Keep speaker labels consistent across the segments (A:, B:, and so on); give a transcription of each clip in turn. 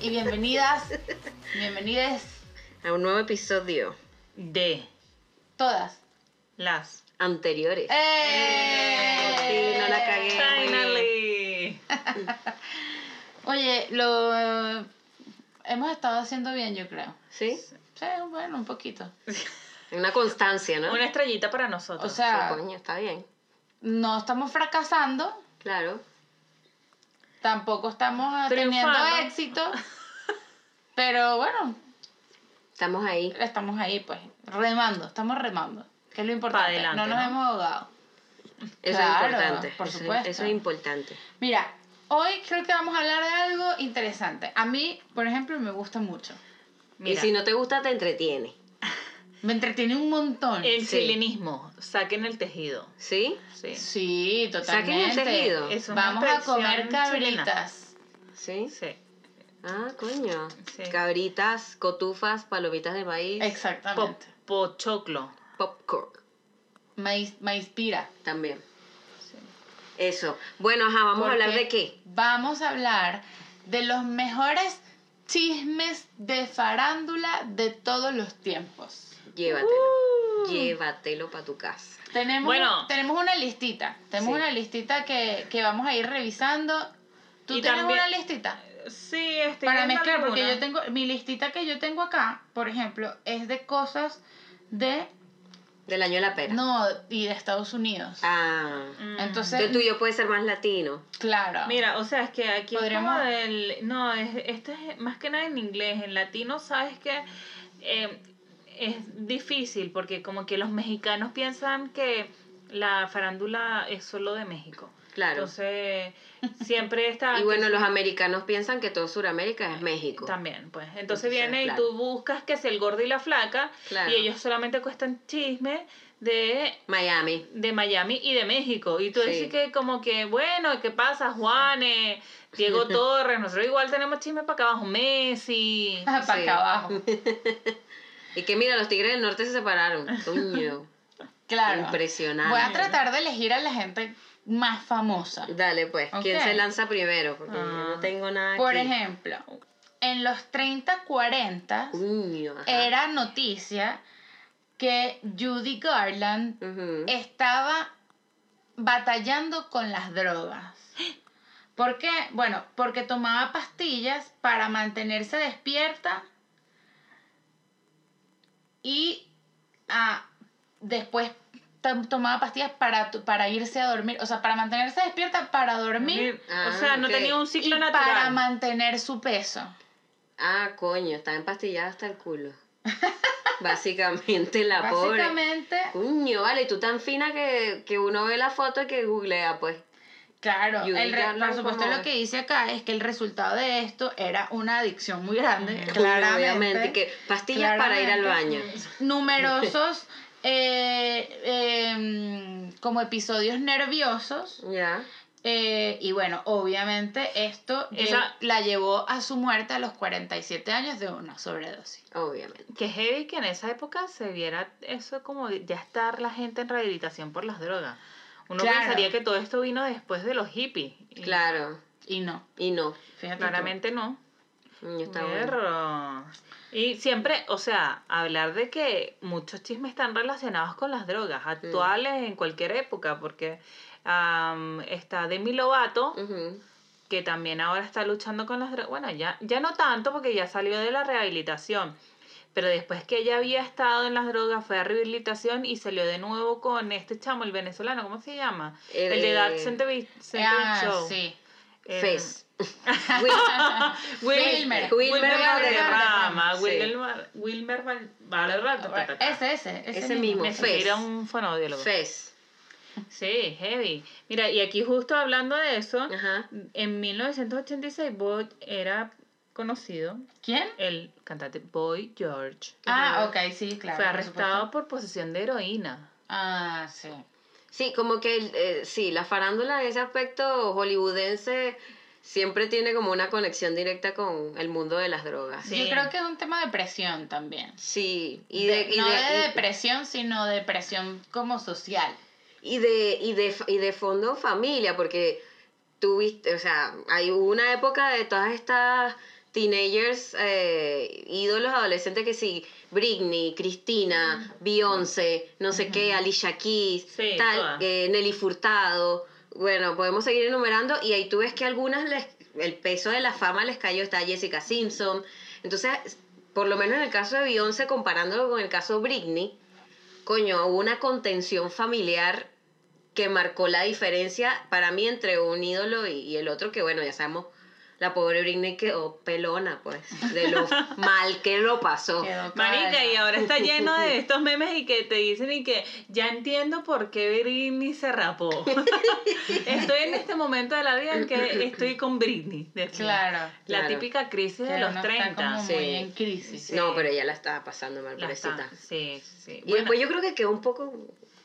A: y bienvenidas, bienvenides
B: a un nuevo episodio
C: de
A: todas.
C: las
B: anteriores.
A: ¡Eh!
B: Sí, no la cagué. Muy bien.
C: Finally.
A: Oye, lo hemos estado haciendo bien, yo creo.
B: ¿Sí?
A: Sí, bueno, un poquito.
B: Una constancia, ¿no?
C: Una estrellita para nosotros.
A: O sea,
B: Sí, coño, está bien.
A: no estamos fracasando,
B: Claro.
A: tampoco estamos ah, teniendo
C: Triunfando.
A: éxito, pero bueno,
B: Estamos ahí.
A: estamos ahí pues, remando, estamos remando, que es lo importante.
C: adelante,
A: no nos
C: ¿no?
A: hemos ahogado.
B: Eso
A: Claro,
B: es importante.
A: por
B: Eso-
A: supuesto.
B: Eso es importante.
A: Mira, hoy creo que vamos a hablar de algo interesante. A mí, por ejemplo, me gusta mucho.
C: Mira,
B: Y si no te gusta, te entretiene.
A: Me entretiene un montón.
C: el
B: Sí.
C: chilenismo, saquen el tejido.
B: ¿Sí?
C: Sí.
A: Sí,
B: Saquen
A: totalmente.
B: el tejido.
C: Es una
A: Vamos a
C: expresión
A: comer
C: chilena.
A: cabritas.
B: ¿Sí?
C: Sí.
B: Ah, coño.
C: Sí.
B: Cabritas, cotufas, palomitas de maíz,
A: Exactamente.
C: Pochoclo.
B: popcorn
A: Maíz, maíz pira.
B: también. Eso. Bueno, ajá, vamos a
A: Porque
B: hablar de qué.
A: Vamos a hablar de los mejores chismes de farándula de todos los tiempos.
B: Llévatelo.
A: Uh.
B: Llévatelo para tu casa.
A: Tenemos,
C: Bueno.
A: tenemos una listita. Tenemos
B: Sí.
A: una listita que, que vamos a ir revisando. ¿Tú
C: Y
A: tienes
C: también-
A: una listita?
C: Sí, estoy
A: Para
C: viendo
A: mezclar, porque
C: alguna.
A: yo tengo, mi listita que yo tengo acá, por ejemplo, es de cosas de,
B: Del año de la pera.
A: no, y de Estados Unidos.
B: Ah.
C: Mm.
A: Entonces-
B: El tuyo puede ser más latino.
A: Claro.
C: Mira, o sea, es que aquí
A: Podríamos-
C: es como del... No, es, esto es más que nada en inglés. En latino, sabes que eh, es difícil porque como que los mexicanos piensan que la farándula es solo de México.
B: Claro.
C: Entonces, siempre está...
B: y bueno,
C: que-
B: los americanos piensan que todo Sudamérica es México.
C: También, pues.
B: Entonces,
C: Entonces viene y
B: claro.
C: tú buscas que es el gordo y la flaca
B: Claro.
C: y ellos solamente cuestan chisme de
B: Miami.
C: de Miami y de México. Y tú
B: Sí.
C: dices que como que, bueno, ¿qué pasa? Juanes, Diego Torres, nosotros igual tenemos chisme para acá abajo, Messi.
A: para
B: sí.
A: acá abajo.
B: Y que mira, los tigres del norte se separaron. Coño.
A: Claro.
B: Impresionante.
A: Voy a tratar de elegir a la gente más famosa.
B: Dale, pues. ¿Quién
A: Ok.
B: se lanza primero? Porque yo no
C: Ah.
B: tengo nada.
A: Por
B: aquí.
A: ejemplo, en los 30, 40
B: Coño. ajá.
A: era noticia que Judy Garland
B: Ujú.
A: estaba batallando con las drogas. ¿Por qué? Bueno, porque tomaba pastillas para mantenerse despierta y ah, después to- tomaba pastillas para, tu- para irse a dormir, o sea, para mantenerse despierta, para dormir
B: Ah,
C: o sea, no
B: ok.
C: tenía un
A: y
C: ciclo
A: para
C: natural.
A: mantener su peso.
B: Ah, coño. Está empastillada hasta el culo. Básicamente la Ah, pobre.
A: Básicamente,
B: Coño, vale. Y tú tan fina que, que uno ve la foto y que googlea, pues.
A: Claro,
B: Judy
A: el re-
B: Garland
A: por supuesto
B: como-
A: lo que dice acá es que el resultado de esto era una adicción muy grande,
B: Coño,
A: claramente.
B: Obviamente. Que pastillas para ir al baño.
A: claramente. Numerosos eh, eh, como episodios nerviosos.
B: Ya.
A: eh, y bueno, obviamente esto lle-
C: Esa-
A: la llevó a su muerte a los 47 años de una sobredosis.
B: Obviamente.
C: Que heavy que en esa época se viera eso como ya estar la gente en rehabilitación por las drogas. Uno
A: Claro.
C: pensaría que todo esto vino después de los hippies. Y
B: Claro.
A: Y no,
B: Y no. mm,
A: fíjate. tú.
C: Claramente no.
B: Coño, está bueno.
C: Perro. Y siempre, o sea, hablar de que muchos chismes están relacionados con las drogas, actuales en cualquier época, porque am, está Demi Lovato,
B: Ujú.
C: que también ahora está luchando con las drogas. Bueno, ya, ya no tanto porque ya salió de la rehabilitación. Pero después que ella había estado en las drogas, fue a rehabilitación y salió de nuevo con este chamo, el venezolano, ¿cómo se llama?
B: El
C: El, de Dark
B: de-
C: Century
A: Ah,
C: Show. Em,
A: sí.
C: El-
B: Eh, Fez. Will-
A: Wilmer.
B: Wilmer
C: Wilmer. Wilmer
B: Valderrama,
C: Valderrama.
B: sí.
C: Wilmer, Wilmer Val- Valderrama.
A: Ese, ese, ese,
B: Ese mismo.
C: Me
B: Fez.
C: era un fonaudiólogo.
B: Fez.
C: Sí, heavy. Mira, y aquí justo hablando de eso,
B: Ajá.
C: en 1986 Boy era conocido,
A: ¿Quién?
C: el cantante Boy George.
A: Ah, ok, sí, claro.
C: fue
A: por
C: arrestado
A: supuesto.
C: por posesión de heroína.
A: Ah, sí.
B: Sí, como que, eh, sí, la farándula en ese aspecto hollywoodense siempre tiene como una conexión directa con el mundo de las drogas. Sí,
C: Sí.
A: Yo creo que es un tema de presión también.
B: y de, y
A: no
B: de-
A: de
B: y-
A: depresión, sino de presión como social.
B: y de, y de, y de fondo familia, porque tuviste, o sea, hay hubo una época de todas estas teenagers, eh, ídolos adolescentes que sí, Britney, Cristina, Beyoncé, no sé qué, Alicia Keys,
C: Sí,
B: tal,
C: todas.
B: eh, Nelly Furtado. Bueno, podemos seguir enumerando y ahí tú ves que algunas les, el peso de la fama les cayó, está Jessica Simpson. Entonces, por lo menos en el caso de Beyoncé, comparándolo con el caso de Britney, coño, hubo una contención familiar que marcó la diferencia para mí entre un ídolo y, y el otro, que bueno, ya sabemos, la pobre Britney quedó pelona, pues, de lo mal que lo pasó.
A: Quedó
C: Marica,
A: cara.
C: y ahora está lleno de estos memes y que te dicen y que ya entiendo por qué Britney se rapó. estoy en este momento de la vida en que estoy con Britney. decía.
A: Claro.
C: La
B: Claro.
C: típica crisis de
A: Que
C: los
A: uno está
C: 30.
A: como
B: sí.
A: muy en crisis.
C: Sí.
B: No, pero ella la estaba pasando mal,
C: La
B: pobrecita.
C: está- Sí, sí.
B: Y
C: Bueno,
B: después yo creo que quedó un poco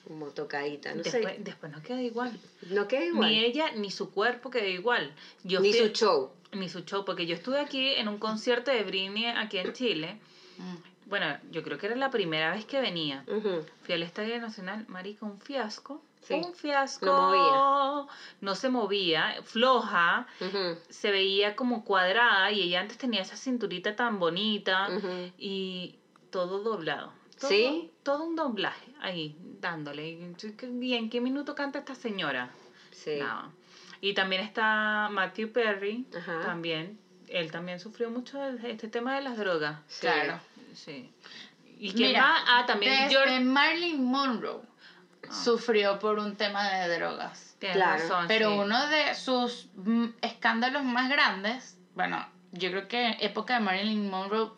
B: como tocadita, no
C: después,
B: sé.
C: después no queda igual.
B: No queda igual.
C: Ni ella ni su cuerpo queda igual. Yo
B: Ni
C: fui-
B: su show.
C: ni su show, porque yo estuve aquí en un concierto de Britney aquí en Chile.
A: Mm.
C: Bueno, yo creo que era la primera vez que venía.
B: Ujú.
C: Fui al Estadio Nacional, marica, un fiasco.
B: Sí.
C: Un fiasco.
B: No
C: movía. No se movía, floja,
B: Ujú.
C: se veía como cuadrada y ella antes tenía esa cinturita tan bonita
B: Ah, Ujú.
C: y todo doblado. Todo-
B: ¿Sí?
C: Todo un doblaje ahí, dándole. ¿Y en qué minuto canta esta señora?
B: Sí.
C: Nada. Y también está Matthew Perry,
B: Ajá.
C: también. Él también sufrió mucho el- este tema de las drogas.
B: Sí.
A: Claro.
C: Sí. ¿Y quién
A: Mira, este
C: más? Ah, también
A: Desde
C: George.
A: Marilyn Monroe
B: Ah.
A: sufrió por un tema de drogas.
C: Tienes
B: Claro.
C: razón,
A: Pero
C: Ah, sí.
A: uno de sus mm, escándalos más grandes, bueno, yo creo que en época de Marilyn Monroe,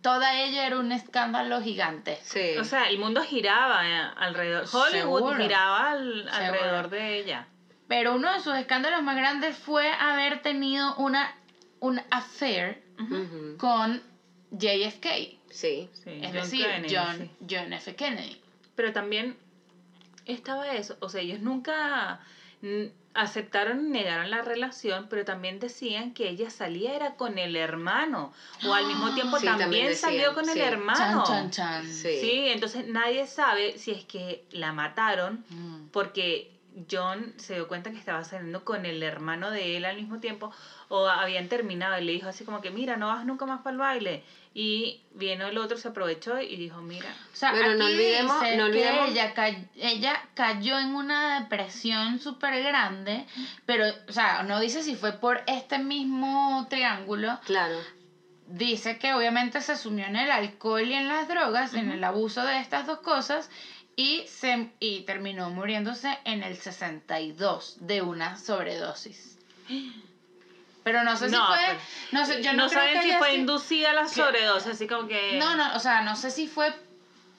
A: toda ella era un escándalo gigante.
B: Sí.
C: O sea, el mundo giraba eh, alrededor. Hollywood
A: Seguro.
C: giraba al-
A: Seguro.
C: alrededor de ella.
A: Pero uno de sus escándalos más grandes fue haber tenido una, un affair
B: Ujú.
A: con JFK.
B: Sí.
C: Sí,
A: Es
C: John
A: decir,
C: Kennedy,
A: John,
C: sí.
A: John F. Kennedy.
C: Pero también estaba eso. O sea, ellos nunca mm, aceptaron y negaron la relación, pero también decían que ella salía era con el hermano. O al mismo tiempo
B: Sí,
C: también,
B: también decían,
C: salió con
B: sí.
C: el hermano.
A: Chan, chan, chan.
B: Sí.
C: Ah, Sí, entonces nadie sabe si es que la mataron
A: Mm.
C: porque John se dio cuenta que estaba saliendo con el hermano de él al mismo tiempo o habían terminado y le dijo así como que mira, no vas nunca más para el baile. Y vino el otro, se aprovechó y dijo, mira,
A: O sea,
B: Bueno,
A: aquí
B: no olvidemos-
A: dice
B: no olvidemos-
A: que ella, ca- ella cayó en una depresión súper grande, pero, o sea, no dice si fue por este mismo triángulo.
B: Claro.
A: Dice que obviamente se sumió en el alcohol y en las drogas, en el abuso de estas dos cosas, y, se, y terminó muriéndose en el 62 de una sobredosis. Pero no sé si
C: No,
A: fue...
C: pero-
A: no sé, yo no,
C: no
A: creo
C: saben
A: que
C: si
A: haya
C: fue
A: sido-
C: inducida la sobredosis, así como que...
A: no, no, o sea, no sé si fue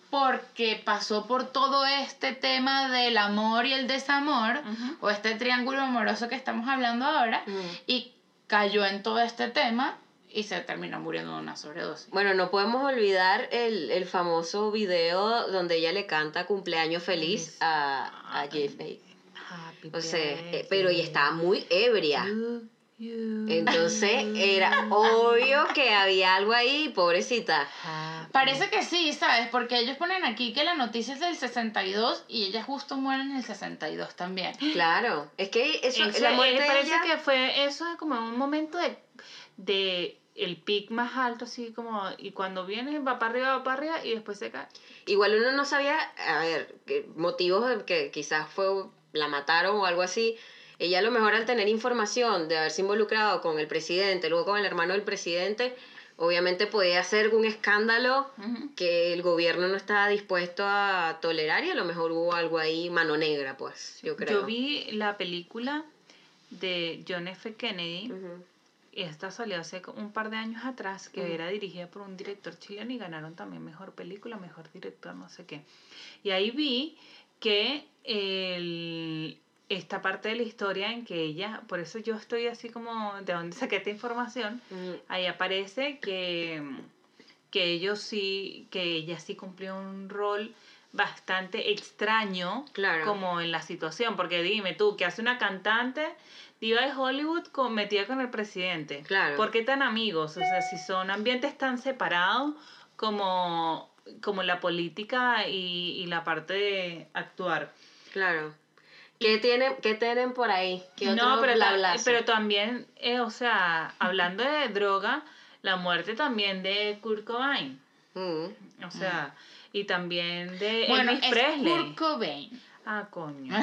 A: porque pasó por todo este tema del amor y el desamor,
C: Ujú.
A: o este triángulo amoroso que estamos hablando ahora,
B: Ujú.
A: y cayó en todo este tema y se terminó muriendo de una sobredosis.
B: Bueno, no podemos olvidar el, el famoso video donde ella le canta cumpleaños feliz
C: Ah,
B: a, a JFK.
C: Happy
B: O sea, eh,
C: birthday
B: pero ella estaba muy ebria.
C: to you.
B: Entonces era obvio que había algo ahí, pobrecita.
C: Happy-
A: Parece que sí, ¿sabes? Porque ellos ponen aquí que la noticia es del 62 y ella justo muere en el 62 también.
B: Claro. Es que eso,
C: Ese-
B: la muerte
C: eh,
B: de
C: parece
B: ella-
C: que fue eso es como un momento de, de el pic más alto así como y cuando viene va para arriba va para arriba y después se cae
B: Igual uno no sabía, a ver, que- motivos de que quizás fue la mataron o algo así. Ella a lo mejor al tener información de haberse involucrado con el presidente, luego con el hermano del presidente, obviamente podía hacer un escándalo que el gobierno no estaba dispuesto a tolerar y a lo mejor hubo algo ahí mano negra, pues, yo creo.
C: yo vi la película de John F Kennedy
B: Ujú.
C: y esta salió hace co- un par de años atrás que
B: Ujú.
C: era dirigida por un director chileno y ganaron también mejor película mejor director no sé qué y ahí vi que el- esta parte de la historia en que ella por eso yo estoy así como de dónde saqué esta información
B: Ujú.
C: Ahí aparece que, que ellos sí, que ella sí cumplió un rol bastante extraño
B: Claro.
C: como en la situación, porque dime tú, que hace una cantante diva de Hollywood con, metida con el presidente?
B: Claro.
C: ¿Por qué tan amigos? O sea, si son ambientes tan separados como, como la política y, y la parte de actuar.
B: Claro. ¿Qué tienen, qué tienen por ahí? ¿Qué
C: No,
B: otro
C: pero, ta-
B: blablazo?
C: pero también, eh, o sea, hablando de droga, la muerte también de Kurt Cobain.
B: Mm.
C: O sea, y también de
A: Bueno,
C: Elvis
A: es
C: Presley.
A: Kurt Cobain.
C: Ah, coño.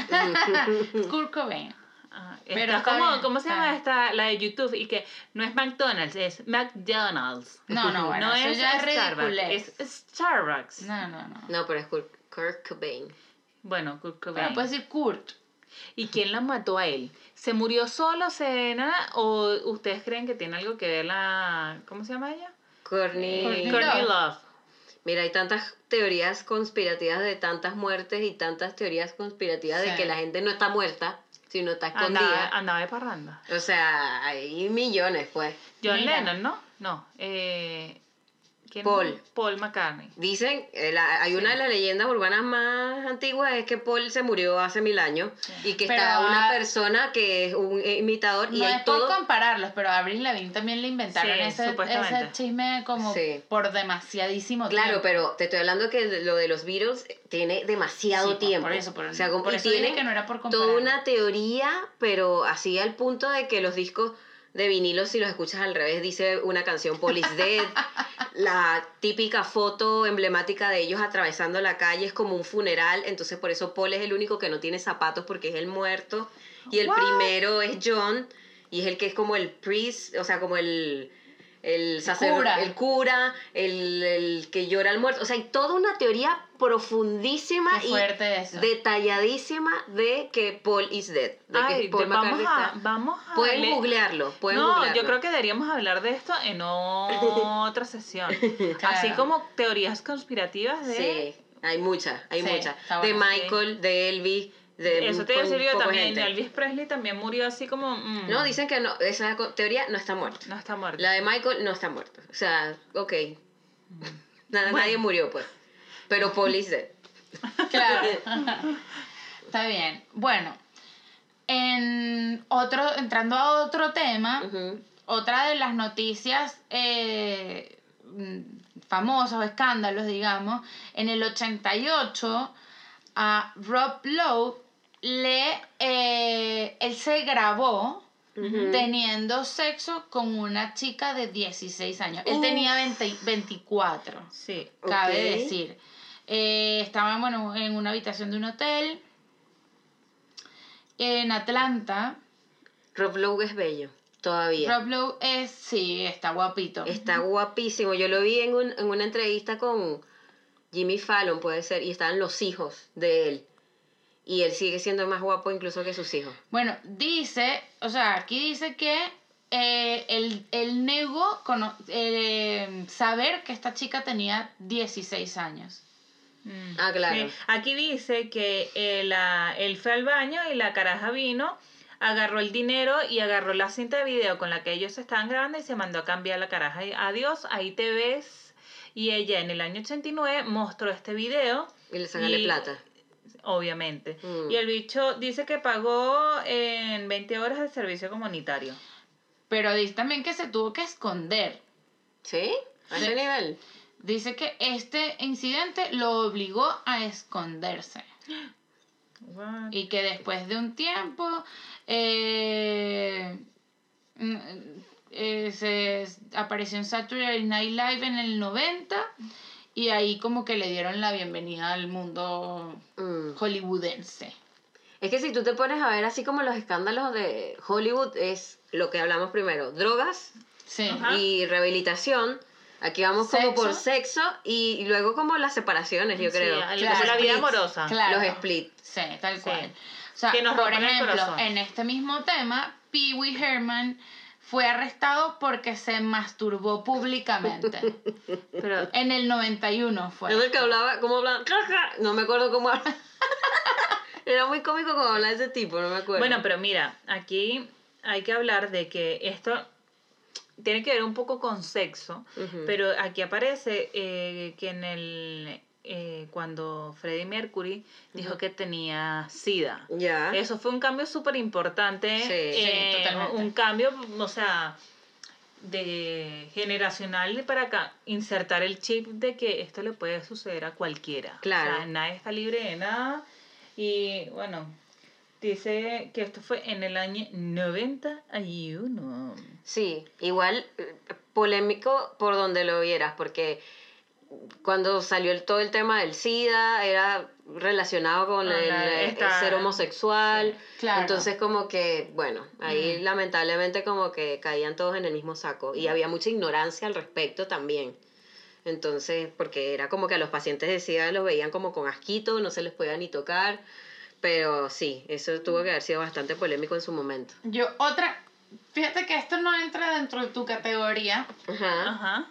A: Kurt Cobain.
C: Ah,
A: Pero
C: está
A: está
C: como-
A: bien,
C: ¿Cómo se
A: está
C: llama
A: bien.
C: esta? La de YouTube. Y que no es McDonald's, es McDonald's.
A: No, no, bueno,
C: no
A: eso
C: es
A: ya es
C: Starbucks,
A: ridiculez.
C: es Starbucks.
A: No, no, no.
B: No, pero es Kurt, Kurt Cobain.
C: Bueno, Kurt Cobain.
A: Bueno, puedes decir Kurt.
C: ¿Y quién la mató a él? ¿Se murió solo, se nada? ¿O ustedes creen que tiene algo que ver la... ¿Cómo se llama ella?
B: Courtney.
A: Courtney
C: Courtney
A: Love.
C: Love.
B: Mira, hay tantas teorías conspirativas de tantas muertes y tantas teorías conspirativas de
A: Sí. Ah,
B: que la gente no está muerta, sino está
C: Andaba,
B: escondida.
C: andaba de parranda.
B: O sea, hay millones, pues.
C: John
A: Mira.
C: Lennon, ¿no? No. Eh, ¿quién?
B: Paul.
C: Paul McCartney.
B: Dicen, eh, la- hay una de las leyendas urbanas más antiguas es que Paul se murió hace mil años y que
A: Pero,
B: está una
A: ah,
B: persona que es un eh, imitador y
A: no
B: hay
A: es
B: todo...
A: por compararlos, pero a Avril Lavigne también le inventaron
C: Sí,
A: ese,
C: supuestamente.
A: ese chisme como
B: Sí.
A: por demasiadísimo
B: Claro,
A: tiempo.
B: pero te estoy hablando que lo de los Beatles tiene demasiado
A: Sí, por-
B: tiempo.
A: por eso, por-
B: o sea, como-
A: por
B: y
A: eso dije
B: tienen
A: que no era por
B: toda
A: compararlo.
B: una teoría, pero así al punto de que los discos de vinilo, si los escuchas al revés, dice una canción Police Dead. la típica foto emblemática de ellos atravesando la calle es como un funeral. Entonces, por eso Paul es el único que no tiene zapatos porque es el muerto. Y el
C: What?
B: primero es John. Y es el que es como el priest, o sea, como el, el sacerdote,
A: Cura.
B: el cura, el, el que llora al muerto. O sea, hay toda una teoría profundísima
A: Qué
B: y
A: fuerte eso.
B: detalladísima de que Paul is dead. De
C: Ay,
B: que Paul
C: de- vamos,
B: McCartney
C: a,
B: está.
C: vamos a...
B: Pueden
C: le-
B: googlearlo, pueden
C: no,
B: googlearlo.
C: yo creo que deberíamos hablar de esto en otra sesión.
A: Claro.
C: Así como teorías conspirativas de...
B: Sí, hay muchas, hay
A: Sí,
B: muchas.
A: está
B: De
A: bueno,
C: sí.
B: Michael, de Elvis, de
C: Eso te iba a
B: con
C: decir yo
B: poco
C: también.
B: gente.
C: Elvis Presley también murió así como. mm,
B: No, dicen que no, esa co- teoría no está muerta.
C: No está muerto.
B: La de Michael no está muerta. O sea, ok.
C: Mm.
B: Nada, Nadie murió, pues. Pero Paul is dead.
A: Claro. Está bien. Bueno, en otro, entrando a otro tema,
B: Ujú.
A: otra de las noticias eh, mm, famosos, escándalos, digamos, en el 88 a Rob Lowe le eh, él se grabó teniendo sexo con una chica de 16 años. Él
B: Uf.
A: tenía 20 24
C: Sí.
A: cabe
B: Ok.
A: decir. Eh, estaban, bueno, en una habitación de un hotel en Atlanta.
B: Rob Lowe es bello, todavía.
A: Rob Lowe es, sí, está guapito.
B: Está guapísimo. Yo lo vi en, un- en una entrevista con Jimmy Fallon, puede ser, y estaban los hijos de él. Y él sigue siendo más guapo incluso que sus hijos.
A: Bueno, dice, o sea, aquí dice que eh, él, él negó cono- eh, saber que esta chica tenía 16 años.
C: Mm.
B: Ah, claro.
C: Sí. Aquí dice que eh, la- él fue al baño y la caraja vino, agarró el dinero y agarró la cinta de video con la que ellos estaban grabando y se mandó a cambiar la caraja. Y, Adiós, ahí te ves. Y ella en el año 89 mostró este video.
B: Y le sacarle
C: Y-
B: plata.
C: Obviamente.
B: Mm.
C: Y el bicho dice que pagó en 20 horas de servicio comunitario.
A: Pero dice también que se tuvo que esconder.
B: ¿Sí? A ese
A: Sí.
B: nivel.
A: Dice que este incidente lo obligó a esconderse.
C: What?
A: Y que después de un tiempo eh, mm, eh, se apareció en Saturday Night Live en el 90 y ahí como que le dieron la bienvenida al mundo
B: Mm.
A: hollywoodense.
B: Es que si tú te pones a ver así como los escándalos de Hollywood, es lo que hablamos primero, drogas
A: Sí.
C: Ajá.
B: y rehabilitación. Aquí vamos como
A: Sexo.
B: por sexo y y luego como las separaciones, yo
C: Sí,
B: creo.
C: al-
A: Claro.
B: Los
C: la vida
B: splits.
C: amorosa.
A: Claro.
B: Los split.
A: Sí, tal
C: Sí.
A: cual. O sea,
C: Que nos
A: por
C: rompen el
A: ejemplo,
C: corazón.
A: en este mismo tema, Pee Wee Herman fue arrestado porque se masturbó públicamente.
C: Pero
A: en el 91 fue.
B: Es el que hablaba, como hablaba, "Cra, cra". no me acuerdo cómo hablaba. Era muy cómico como hablaba ese tipo, no me acuerdo.
C: Bueno, pero mira, aquí hay que hablar de que esto tiene que ver un poco con sexo,
B: Ujú.
C: pero aquí aparece eh, que en el eh, cuando Freddie Mercury dijo que tenía SIDA.
B: Ya.
C: Eso fue un cambio súper importante,
B: Ah. Sí.
C: eh,
A: Sí, totalmente.
C: un cambio, o sea, de generacional para acá, insertar el chip de que esto le puede suceder a cualquiera.
B: Claro.
C: O sea, nadie está libre de nada y bueno, Dice que esto fue en el año 91.
B: Sí, igual eh, polémico por donde lo vieras, porque cuando salió el, todo el tema del SIDA era relacionado con
C: Con
B: el,
C: la-
B: eh,
C: esta-
B: ser homosexual.
A: Claro.
B: Entonces como que, bueno, ahí
C: Mm.
B: lamentablemente como que caían todos en el mismo saco y había mucha ignorancia al respecto también. Entonces, porque era como que a los pacientes de SIDA los veían como con asquito, no se les podía ni tocar, pero sí, eso tuvo que haber sido bastante polémico en su momento.
A: Yo, otra. Fíjate que esto no entra dentro de tu categoría,
B: Ajá.
C: Ajá.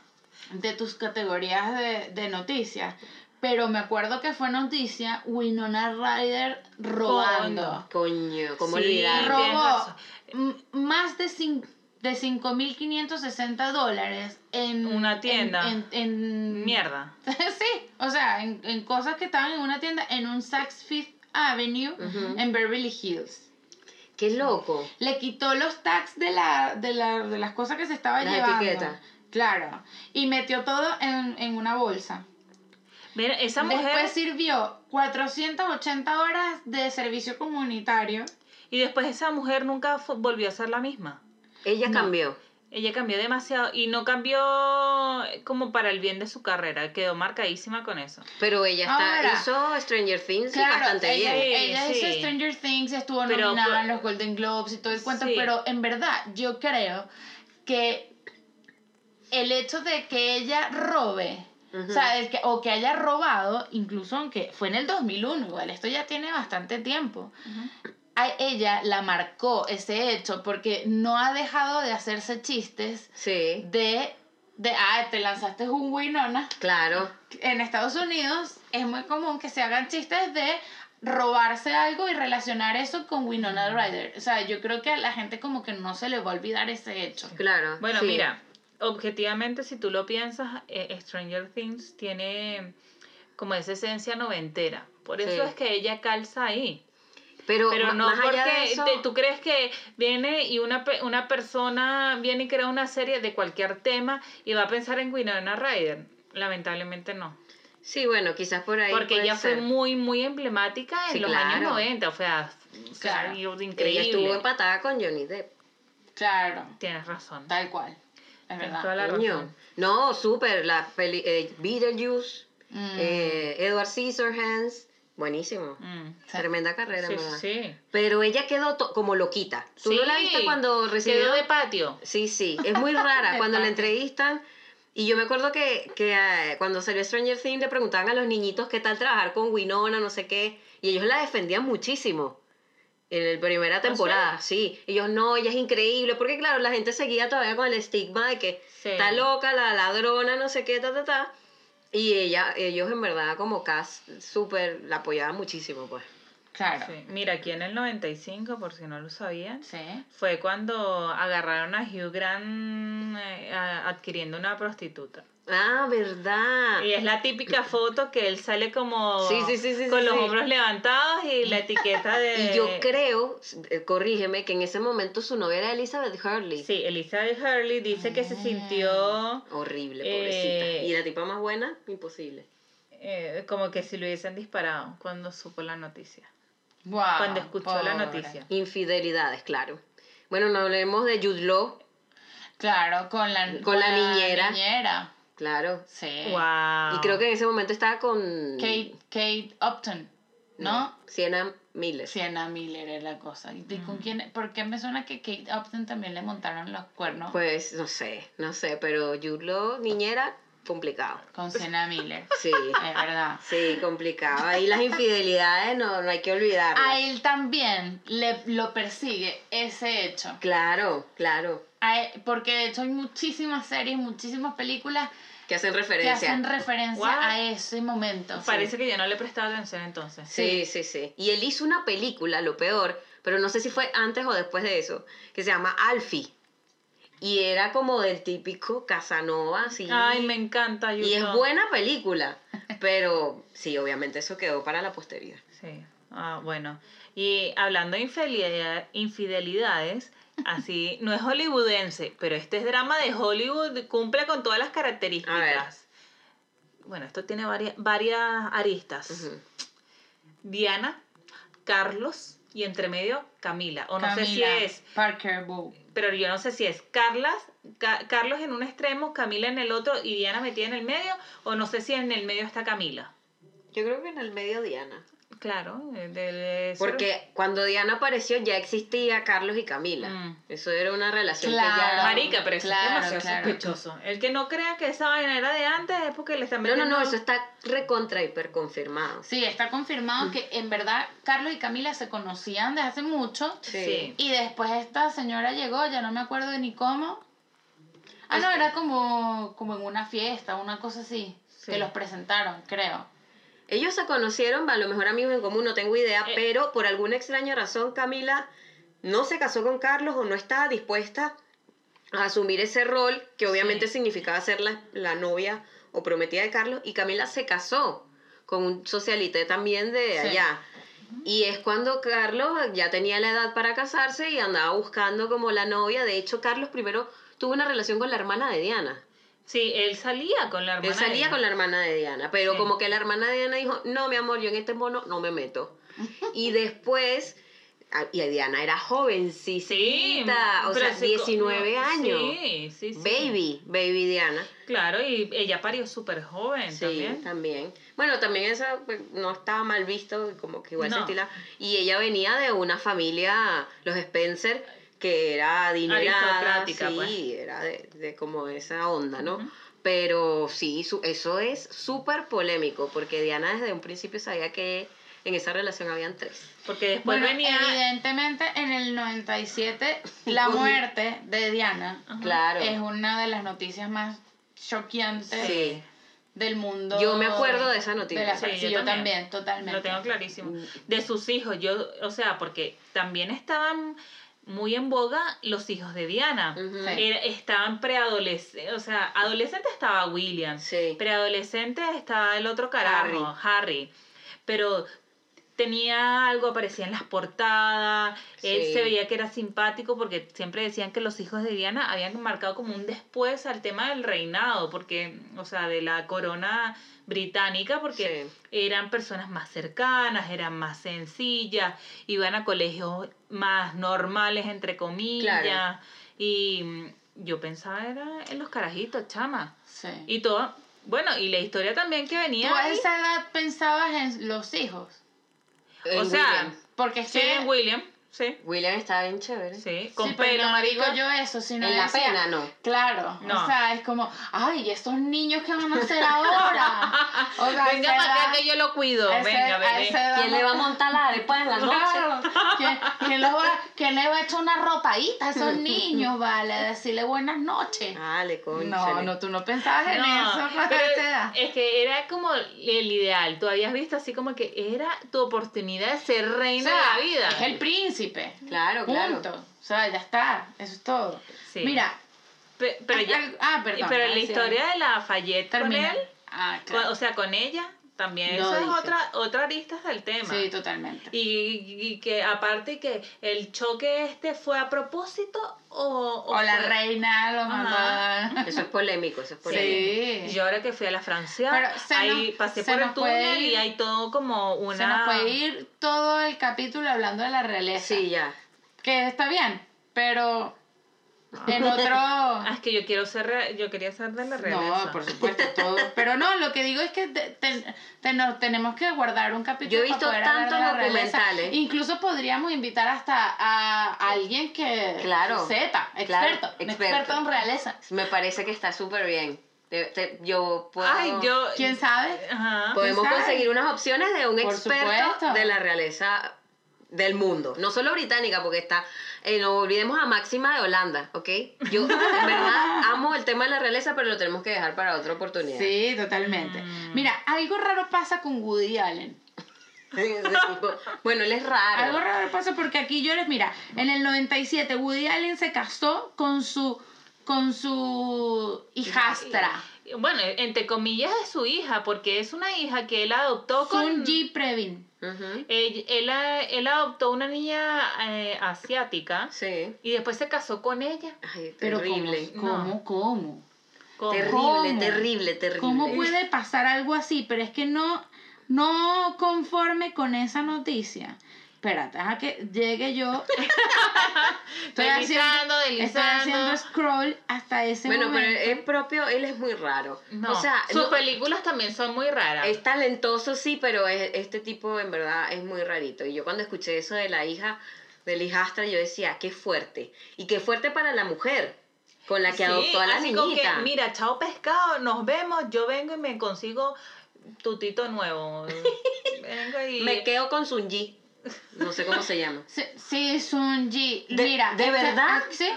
A: de tus categorías de, de noticias. Pero me acuerdo que fue noticia Winona Ryder robando.
B: Coño, ¿cómo
C: Sí,
B: olvidar?
C: tienes
A: Robó
C: razón.
A: m- más de, cin- de 5.560 dólares en
C: Una
A: en-
C: tienda.
A: En, en-
C: Mierda.
A: sí, o sea, en, en cosas que estaban en una tienda en un Saks Fifth Avenue
B: Ujú.
A: en Beverly Hills.
B: Qué loco.
A: Le quitó los tags de, la, de, la, de las cosas que se estaba
B: Las
A: llevando.
B: etiquetas.
A: Claro. Y metió todo en, en una bolsa.
C: Mira, esa mujer.
A: Después sirvió 480 horas de servicio comunitario.
C: Y después esa mujer nunca fu- volvió a ser la misma.
B: Ella cambió.
C: Ella cambió demasiado y no cambió eh, como para el bien de su carrera. Quedó marcadísima con eso.
B: Pero ella está,
A: Ahora.
B: hizo Stranger Things bastante
A: ella,
B: bien.
A: ella
C: Sí,
A: hizo
C: sí.
A: Stranger Things, estuvo
C: Pero
A: nominada
C: fue-
A: en los Golden Globes y todo el cuento,
C: Sí.
A: pero en verdad yo creo que el hecho de que ella robe,
B: Ujú.
A: o sea, el que, o que haya robado, incluso aunque fue en el 2001, igual, esto ya tiene bastante tiempo, a ella la marcó ese hecho porque no ha dejado de hacerse chistes
B: Sí,
A: de, de ah, te lanzaste un Winona
B: claro.
A: en Estados Unidos es muy común que se hagan chistes de robarse algo y relacionar eso con Winona Ryder. O sea, yo creo que a la gente como que no se le va a olvidar ese hecho.
B: Claro.
C: Bueno,
B: sí.
C: mira, objetivamente, si tú lo piensas, eh, Stranger Things tiene como esa esencia noventera. Por eso
B: Sí.
C: es que ella calza ahí.
B: Pero,
C: Pero
B: ma-
C: no
B: más
C: porque
B: allá de eso,
C: te- tú crees que viene y una, pe- una persona viene y crea una serie de cualquier tema y va a pensar en Winona Ryder. Lamentablemente no.
B: Sí, bueno, quizás por ahí.
C: Porque
B: puede
C: ella
B: ser.
C: fue muy, muy emblemática en
B: Sí,
C: los años
B: claro.
C: 90. O sea, o sea,
A: Claro.
C: algo de
B: Ella
C: increíble.
B: estuvo empatada con Johnny Depp.
A: Claro,
C: Tienes razón.
A: tal cual. Es
C: Tienes toda
A: verdad.
C: la
B: Coño.
C: razón.
B: No, súper. La peli eh, Beetlejuice,
A: Mm,
B: eh, Edward Scissorhands. Buenísimo.
C: Mm.
B: Tremenda carrera,
C: Sí,
B: ¿verdad?
C: sí.
B: Pero ella quedó to- como loquita. ¿Tú no la
C: Sí.
B: viste cuando recibió
C: Quedó de patio.
B: Sí, sí, es muy rara
A: Me
B: cuando la
A: pasa.
B: entrevistan. Y yo me acuerdo que, que eh, cuando salió Stranger Things le preguntaban a los niñitos qué tal trabajar con Winona, no sé qué. Y ellos la defendían muchísimo en la primera temporada, sí. Ellos no, ella es increíble, porque claro, la gente seguía todavía con el estigma de que
C: Sí.
B: está loca, la ladrona, no sé qué, ta, ta, ta. Y ella, ellos en verdad como Cass, súper, la apoyaban muchísimo, pues.
A: Claro.
C: Sí. Mira, aquí en el 95, por si no lo sabían,
A: Sí.
C: fue cuando agarraron a Hugh Grant eh, a- adquiriendo una prostituta.
B: Ah, verdad.
C: Y es la típica foto que él sale como
B: Sí, sí, sí, sí,
C: con
B: sí,
C: los
B: sí.
C: hombros levantados y la etiqueta de...
B: Y yo creo, eh, corrígeme, que en ese momento su novia era Elizabeth Hurley.
C: Sí, Elizabeth Hurley dice que se
A: Ah.
C: sintió
B: Horrible,
C: Eh,
B: pobrecita. Y la tipa más buena, imposible.
C: eh, como que si lo hubiesen disparado cuando supo la noticia.
A: Wow,
C: cuando
B: Ah,
C: escuchó la
A: pobre.
C: noticia.
B: Infidelidades, claro. Bueno, no hablemos de Jude Law,
A: Claro, con la,
B: Con la niñera.
A: niñera.
B: claro.
A: Sí.
C: Wow.
B: Y creo que en ese momento estaba con...
A: Kate, Kate Upton, ¿no?
B: Sienna Miller.
A: Sienna Miller era la cosa. ¿Y de-
C: Mm.
A: con quién? ¿Por qué me suena que Kate Upton también le montaron los cuernos
B: Pues, no sé, no sé, pero Jude Law, niñera, complicado.
A: con Sienna Miller?
B: Sí,
A: Es verdad.
B: sí, complicado. Ahí las infidelidades no, no hay que olvidarlas.
A: A él también le, lo persigue ese hecho.
B: Claro, claro.
A: A él- porque de hecho hay muchísimas series, muchísimas películas
B: Que hacen
A: que
B: referencia.
A: hacen referencia
C: What?
A: a ese momento.
C: Parece que yo no le prestaba atención entonces.
B: Sí, sí, sí. Y él hizo una película, lo peor, pero no sé si fue antes o después de eso, que se llama Alfie. Y era como del típico Casanova, así.
C: Ay, me encanta. Jude
B: y es
C: Law.
B: buena película, pero sí, obviamente eso quedó para la posteridad.
C: Sí, ah, bueno. Y hablando de infidelidad- infidelidades, así, no es hollywoodense, pero este es drama de Hollywood, cumple con todas las características. Bueno, esto tiene varias, varias aristas.
B: Ujú.
C: Diana, Carlos y entre medio Camila. O no sé si
A: Camila
C: es,
A: Parker Bow.
C: pero yo no sé si es Carlas, Ca- Carlos en un extremo, Camila en el otro y Diana metida en el medio, o no sé si en el medio está Camila.
B: Yo creo que en el medio Diana.
C: Claro, eh, de, de- eso-
B: Porque cuando Diana apareció ya existía Carlos y Camila.
C: Mm.
B: Eso era una relación que ya
A: Claro.
B: era-
C: Marica, pero eso
A: Claro,
C: es demasiado
A: claro.
C: sospechoso. El que no crea que esa vaina era de antes es porque le están
B: No, no,
C: metiendo...
B: no, eso está recontra hiper confirmado.
A: Sí, está
C: Mm.
A: confirmado que en verdad Carlos y Camila se conocían desde hace mucho.
C: Sí.
A: Y después esta señora llegó, ya no me acuerdo ni cómo. Ah,
C: Este
A: no, era como, como en una fiesta, una cosa así.
C: Sí.
A: Que los presentaron, creo.
B: Ellos se conocieron, a lo mejor amigos en común, no tengo idea,
C: Eh.
B: pero por alguna extraña razón Camila no se casó con Carlos o no estaba dispuesta a asumir ese rol que obviamente
C: Sí.
B: significaba ser la, la novia o prometida de Carlos y Camila se casó con un socialité también de
A: Sí.
B: allá. Y es cuando Carlos ya tenía la edad para casarse y andaba buscando como la novia. De hecho, Carlos primero tuvo una relación con la hermana de Diana.
C: Sí, él salía con la hermana.
B: Él salía
C: de-
B: con la hermana de Diana, pero
C: Sí.
B: como que la hermana de Diana dijo, no, mi amor, yo en este mono no me meto. Y después, a- y Diana era jovencita,
C: Sí,
B: o
C: pero
B: sea,
C: sí,
B: 19
C: como-
B: años.
C: Sí, sí, sí.
B: Baby, baby Diana.
C: Claro, y ella parió súper joven
B: Sí,
C: también.
B: también. Bueno, también eso pues, no estaba mal visto, como que igual se
C: No.
B: estila. Y ella venía de una familia, los Spencer, que era adinerada.
C: Aristocrática,
B: sí,
C: pues.
B: era de, de como esa onda, ¿no?
C: Ujú.
B: Pero sí, su- eso es súper polémico, porque Diana desde un principio sabía que en esa relación habían tres.
C: Porque después
A: Bueno,
C: Pues venía.
A: evidentemente en el 97 la
B: Uy.
A: muerte de Diana
C: Ajá.
B: Claro.
A: es una de las noticias más choqueantes
B: Sí.
C: eh,
A: del mundo.
B: Yo me acuerdo de esa
A: de
B: noticia.
A: la
C: Sí,
A: sí,
C: yo
A: yo
C: también.
A: también, totalmente.
C: Lo tengo clarísimo. De sus hijos, yo, o sea, porque también estaban muy en boga los hijos de Diana.
B: Ujú.
A: Mm, Sí.
C: Era- estaban preadolescentes, o sea, adolescente estaba William,
B: Sí.
C: preadolescente estaba el otro carajo, Harry. Pero tenía algo, aparecía en las portadas, él
B: Sí.
C: se veía que era simpático porque siempre decían que los hijos de Diana habían marcado como un después al tema del reinado, porque, o sea, de la corona británica, porque
B: Sí.
C: eran personas más cercanas, eran más sencillas, iban a colegios más normales, entre comillas,
B: Claro.
C: y mm, yo pensaba era en los carajitos, chama.
A: Sí.
C: Y todo, bueno, y la historia también que venía...
A: ¿Tú a
C: ahí,
A: esa edad pensabas en los hijos?
B: En
C: o sea,
B: William.
A: Porque es
C: Sí,
A: que...
C: en William, sí.
B: William estaba bien chévere.
C: Sí,
A: sí,
C: con
A: pero
C: pelo,
A: no digo
C: marica.
A: yo eso, sino
B: En la
A: decía,
B: pena, no.
A: Claro,
C: No.
A: o sea, es como, ay, estos niños que van a hacer ahora. O sea,
C: Venga
A: a esa
C: para acá
A: edad-
C: que yo lo cuido.
A: a esa-
C: Venga,
A: a
C: bebé.
A: esa edad
B: ¿Quién
A: no-
B: le va a montar la arepa en la noche?
A: Claro, ¿Quién, quién los va, quién le va a echar una ropaíta a esos niños, vale? A Decirle buenas noches.
B: Dale, coño.
A: No, no, tú no pensabas en
C: Ah, No,
A: eso para
C: pero
A: esa edad.
C: es que era como el ideal. Tú habías visto así como que era tu oportunidad de ser reina
A: O sea,
C: de la vida.
A: Es el príncipe.
B: Claro, claro.
A: Punto. O sea, ya está. Eso es todo.
C: Sí.
A: Mira,
C: Pe- pero
A: hay
C: ya-
A: algo- ah, perdón.
C: pero
A: ah,
C: la
A: sí,
C: historia de la Fayette
A: termina.
C: con él,
A: Ah,
C: con-
A: claro.
C: o sea, con ella, también
B: No
C: eso es
B: dice.
C: otra, otra arista del tema.
A: Sí, totalmente.
C: Y, y que aparte que el choque este fue a propósito o, o
A: O la
C: fue-
A: reina lo mandó
C: Ajá.
A: a-
B: Eso es polémico, eso es polémico.
A: Sí.
C: Yo ahora que fui a la Francia,
A: Pero se
C: ahí
A: nos-
C: pasé
A: se
C: por el
A: nos puede
C: túnel y
A: ir-
C: hay todo como una...
A: Se nos puede ir todo el capítulo hablando de la realeza.
B: Sí, ya.
A: Que está bien, pero en
C: Ah, es
A: otro...
C: que yo quiero ser, re- yo quería ser de la realeza.
A: No, por supuesto, todo. Pero no, lo que digo es que te- te- te- nos tenemos que guardar un capítulo.
B: Yo he
A: para
B: visto
A: poder hablar de
B: tantos
A: la realeza.
B: documentales.
A: Incluso podríamos invitar hasta a alguien que
B: Claro.
A: sepa,
B: Claro,
A: experto, un experto.
B: experto.
A: en realeza.
B: Me parece que está súper bien. Te- te- yo puedo...
C: Ay, yo...
A: ¿Quién sabe?
C: Ajá.
B: Podemos
A: ¿Quién sabe?
B: conseguir unas opciones de un
A: Por
B: experto
A: supuesto.
B: de la realeza del mundo. No solo británica, porque está... eh, no olvidemos a Máxima de Holanda, ¿ok? Yo, en verdad, amo el tema de la realeza, pero lo tenemos que dejar para otra oportunidad.
A: Sí, totalmente.
C: Mm.
A: Mira, algo raro pasa con Woody Allen.
B: bueno, él es raro.
A: Algo raro pasa porque aquí llores, mira, en el 97 Woody Allen se casó con su con su hijastra,
C: Bueno, entre comillas de su hija, porque es una hija que él adoptó con...
A: Sun Ji Previn.
B: Ujú,
C: Él, él, él adoptó una niña eh, asiática
B: Sí.
C: y después se casó con ella.
B: Ay,
A: Pero
B: terrible.
A: ¿cómo, cómo, cómo?
C: ¿Cómo?
B: Terrible,
A: ¿Cómo?
B: terrible, terrible.
A: ¿Cómo puede pasar algo así? Pero es que no, no conforme con esa noticia. espérate, a que llegue yo. estoy, haciendo,
C: Deslizando,
A: estoy
C: deslizando.
A: haciendo scroll hasta ese
B: Bueno, pero
A: momento.
B: es propio, él es muy raro.
C: No,
B: o sea,
C: sus
B: no-
C: películas también son muy raras.
B: es talentoso, sí, pero es- este tipo en verdad es muy rarito. Y yo cuando escuché eso de la hija, del hijastra, yo decía, qué fuerte. Y qué fuerte para la mujer con la que
C: Sí,
B: adoptó a la
C: así como que,
B: niñita.
C: mira, chao pescado, nos vemos, yo vengo y me consigo tutito nuevo. vengo y...
B: Me quedo con Sunji. No sé cómo se llama.
A: Sí, sí, Sunji.
B: De-
A: Mira.
B: ¿de
A: este-
B: verdad?
A: ah, sí,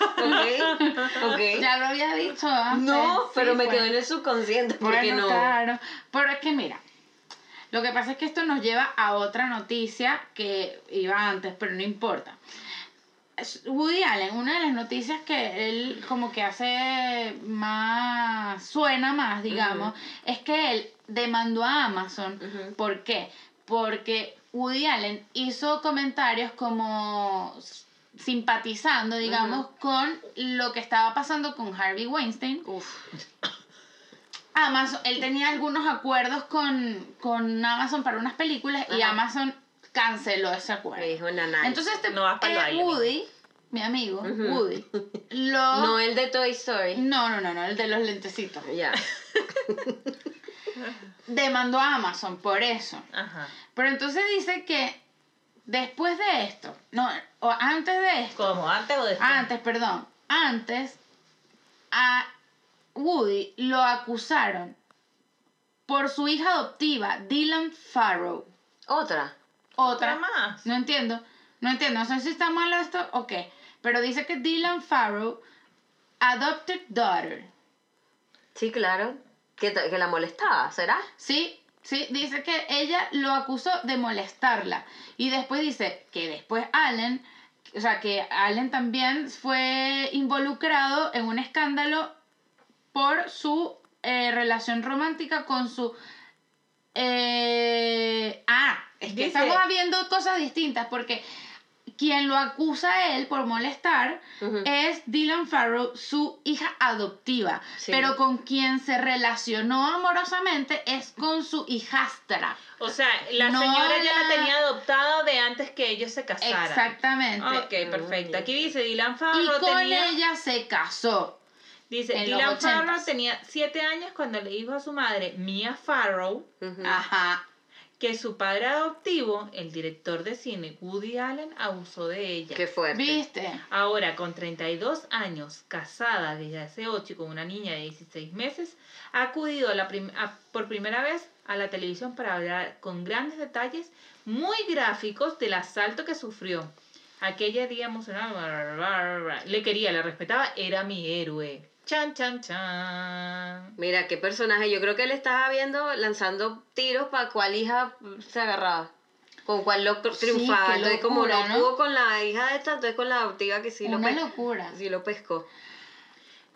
B: Ok, ok.
A: ya lo había dicho antes.
B: No,
A: Sí,
B: pero me
A: pues.
B: quedó en el subconsciente porque
A: Bueno,
B: no.
A: claro. Pero es que mira, lo que pasa es que esto nos lleva a otra noticia que iba antes, pero no importa. Es- Woody Allen, una de las noticias que él como que hace más, suena más, digamos, es que él demandó a Amazon.
B: Ujú.
A: ¿Por qué? Porque Woody Allen hizo comentarios como s- simpatizando, digamos, con lo que estaba pasando con Harvey Weinstein.
B: Uf.
A: Amazon, él tenía algunos acuerdos con, con Amazon para unas películas y
B: Ajá.
A: Amazon canceló ese
B: Me
A: acuerdo.
B: dijo Nanay.
A: Entonces este
C: No vas pa'l
A: eh,
C: baile,
A: Woody, mi amigo,
B: Ujú.
A: Woody, lo...
B: no el de Toy Story.
A: no, no, no, no, el de los lentecitos.
B: Ya.
A: Demandó a Amazon por eso.
C: Ajá.
A: Pero entonces dice que después de esto, no, o antes de esto,
C: ¿Como antes o después?
A: Ah, antes, perdón, antes a Woody lo acusaron por su hija adoptiva, Dylan Farrow.
B: Otra.
A: Otra,
C: más.
A: No entiendo, no entiendo, no sé si está mal esto o qué, pero dice que Dylan Farrow, adopted daughter,
B: Sí, claro. Que, t- que la molestaba, ¿será?
A: ¿sí? Sí, dice que ella lo acusó de molestarla. Y después dice que después Allen, o sea, que Allen también fue involucrado en un escándalo por su eh, relación romántica con su... eh, ah, es que
C: Dice-
A: estamos viendo cosas distintas porque quien lo acusa a él por molestar
B: Ujú.
A: es Dylan Farrow, su hija adoptiva,
B: Sí.
A: pero con quien se relacionó amorosamente es con su hijastra.
C: O sea, la
A: No,
C: señora ya la
A: la-
C: tenía adoptada de antes que ellos se casaran.
A: Exactamente.
C: Ok, perfecto. Aquí dice Dylan Farrow
A: Y con
C: tenía...
A: ella se casó.
C: Dice,
A: en los
C: Dylan Farrow
A: ochentas.
C: tenía siete años cuando le dijo a su madre, Mia Farrow,
B: Ujú.
A: Ajá.
C: que su padre adoptivo, el director de cine Woody Allen, abusó de ella.
B: Qué fuerte.
A: ¿Viste?
C: Ahora, con 32 años, casada desde hace 8 con una niña de 16 meses, ha acudido a la prim- a- por primera vez a la televisión para hablar con grandes detalles muy gráficos del asalto que sufrió. Aquella día emocional, bla, bla, bla, bla, bla. le quería, la respetaba, era mi héroe. Chan, chan, chan.
B: Mira, qué personaje. Yo creo que él estaba viendo, lanzando tiros para cuál hija se agarraba. Con cuál lo
A: Sí,
B: triunfaba.
A: qué
B: entonces, como
A: locura,
B: no,
A: ¿no?
B: pudo con la hija de esta, entonces con la adoptiva que sí, lo,
A: Una
B: pes-
A: locura.
B: sí lo pescó.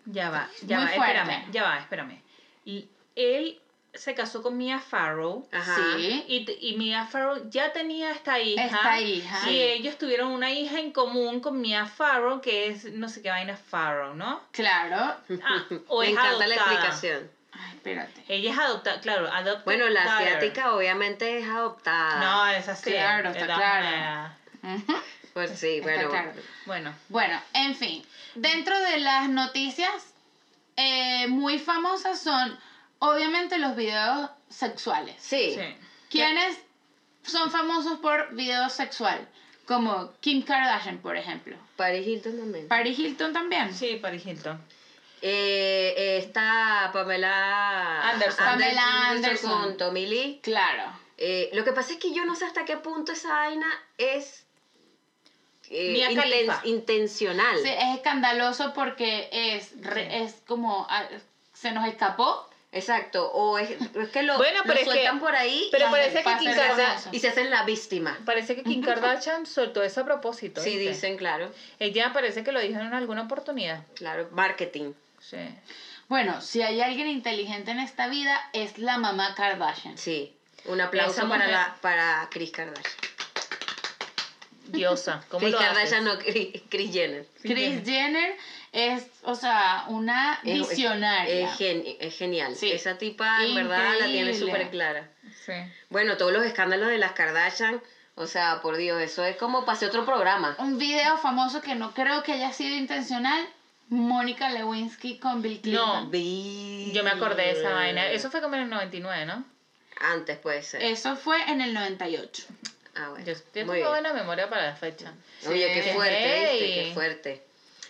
C: Ya va, ya
A: Muy
C: va,
A: fuerte.
C: espérame, ya va, espérame. Y Él se casó con Mia Farrow.
B: Ajá.
A: Sí.
C: Y, t- y Mia Farrow ya tenía esta hija.
A: Esta hija.
C: Y ellos tuvieron una hija en común con Mia Farrow, que es no sé qué vaina Farrow, ¿no?
A: Claro.
C: Ah, o
B: Me
C: es
B: encanta la
C: adoptada.
B: explicación.
A: Ay, espérate.
C: Ella es adoptada, claro, adoptada.
B: Bueno, la asiática obviamente es adoptada.
C: No, es así.
A: Claro, está claro. Ujú.
B: Pues sí,
A: Está
B: bueno.
A: claro.
C: Bueno,
A: Bueno, en fin, dentro de las noticias eh, muy famosas son obviamente los videos sexuales.
B: Sí.
C: sí.
A: ¿Quiénes son famosos por video sexual? Como Kim Kardashian, por ejemplo.
B: Paris Hilton también.
A: Paris Hilton también.
C: Sí, Paris Hilton.
B: Eh, esta Pamela
C: Anderson.
A: Pamela Anderson.
B: con Tommy Lee.
A: Claro.
B: Eh, lo que pasa es que yo no sé hasta qué punto esa vaina es eh,
C: Mia
B: inten-
C: Khalifa.
B: intencional.
A: Sí, es escandaloso porque es, re-
C: Sí.
A: es como ah, se nos escapó.
B: Exacto. O es, es que lo,
C: Bueno,
B: lo
C: pero es
B: sueltan
C: que-
B: por ahí
C: Pero
A: Las
C: parece que
A: pasan
C: Kim
A: de
C: Kardashian,
A: famosa.
B: y se hacen la víctima.
C: parece que Kim Kardashian soltó eso a propósito.
B: Sí,
C: ¿viste?
B: dicen, claro.
C: Ella parece que lo dijo en alguna oportunidad.
B: Claro, marketing.
C: Sí.
A: Bueno, si hay alguien inteligente en esta vida, es la mamá Kardashian.
B: Sí. Un aplauso
C: Esa
B: para,
C: mujer.
B: la, para Chris Kardashian.
C: Diosa, ¿cómo
B: Chris
C: lo haces?
B: Kardashian, no, Chris, Chris Jenner.
A: Kris Jenner es, o sea, una
B: Es-
A: visionaria.
B: Es, gen- es genial.
A: Sí.
B: Esa tipa, en verdad, la tiene
A: Increíble.
B: súper clara.
C: Sí.
B: Bueno, todos los escándalos de las Kardashian, o sea, por Dios, eso es como pasé otro programa.
A: Un video famoso que no creo que haya sido intencional, Mónica Lewinsky con Bill Clinton.
C: Yo me acordé de esa vaina. Eso fue como en el 99, ¿no?
B: Antes puede ser.
A: Eso fue en el 98.
B: ah, bueno.
C: Yo, yo tengo
B: Muy bien.
C: buena memoria para la fecha.
B: Oye, qué
C: Sí.
B: fuerte, ¿viste?
C: Ey.
B: Qué fuerte.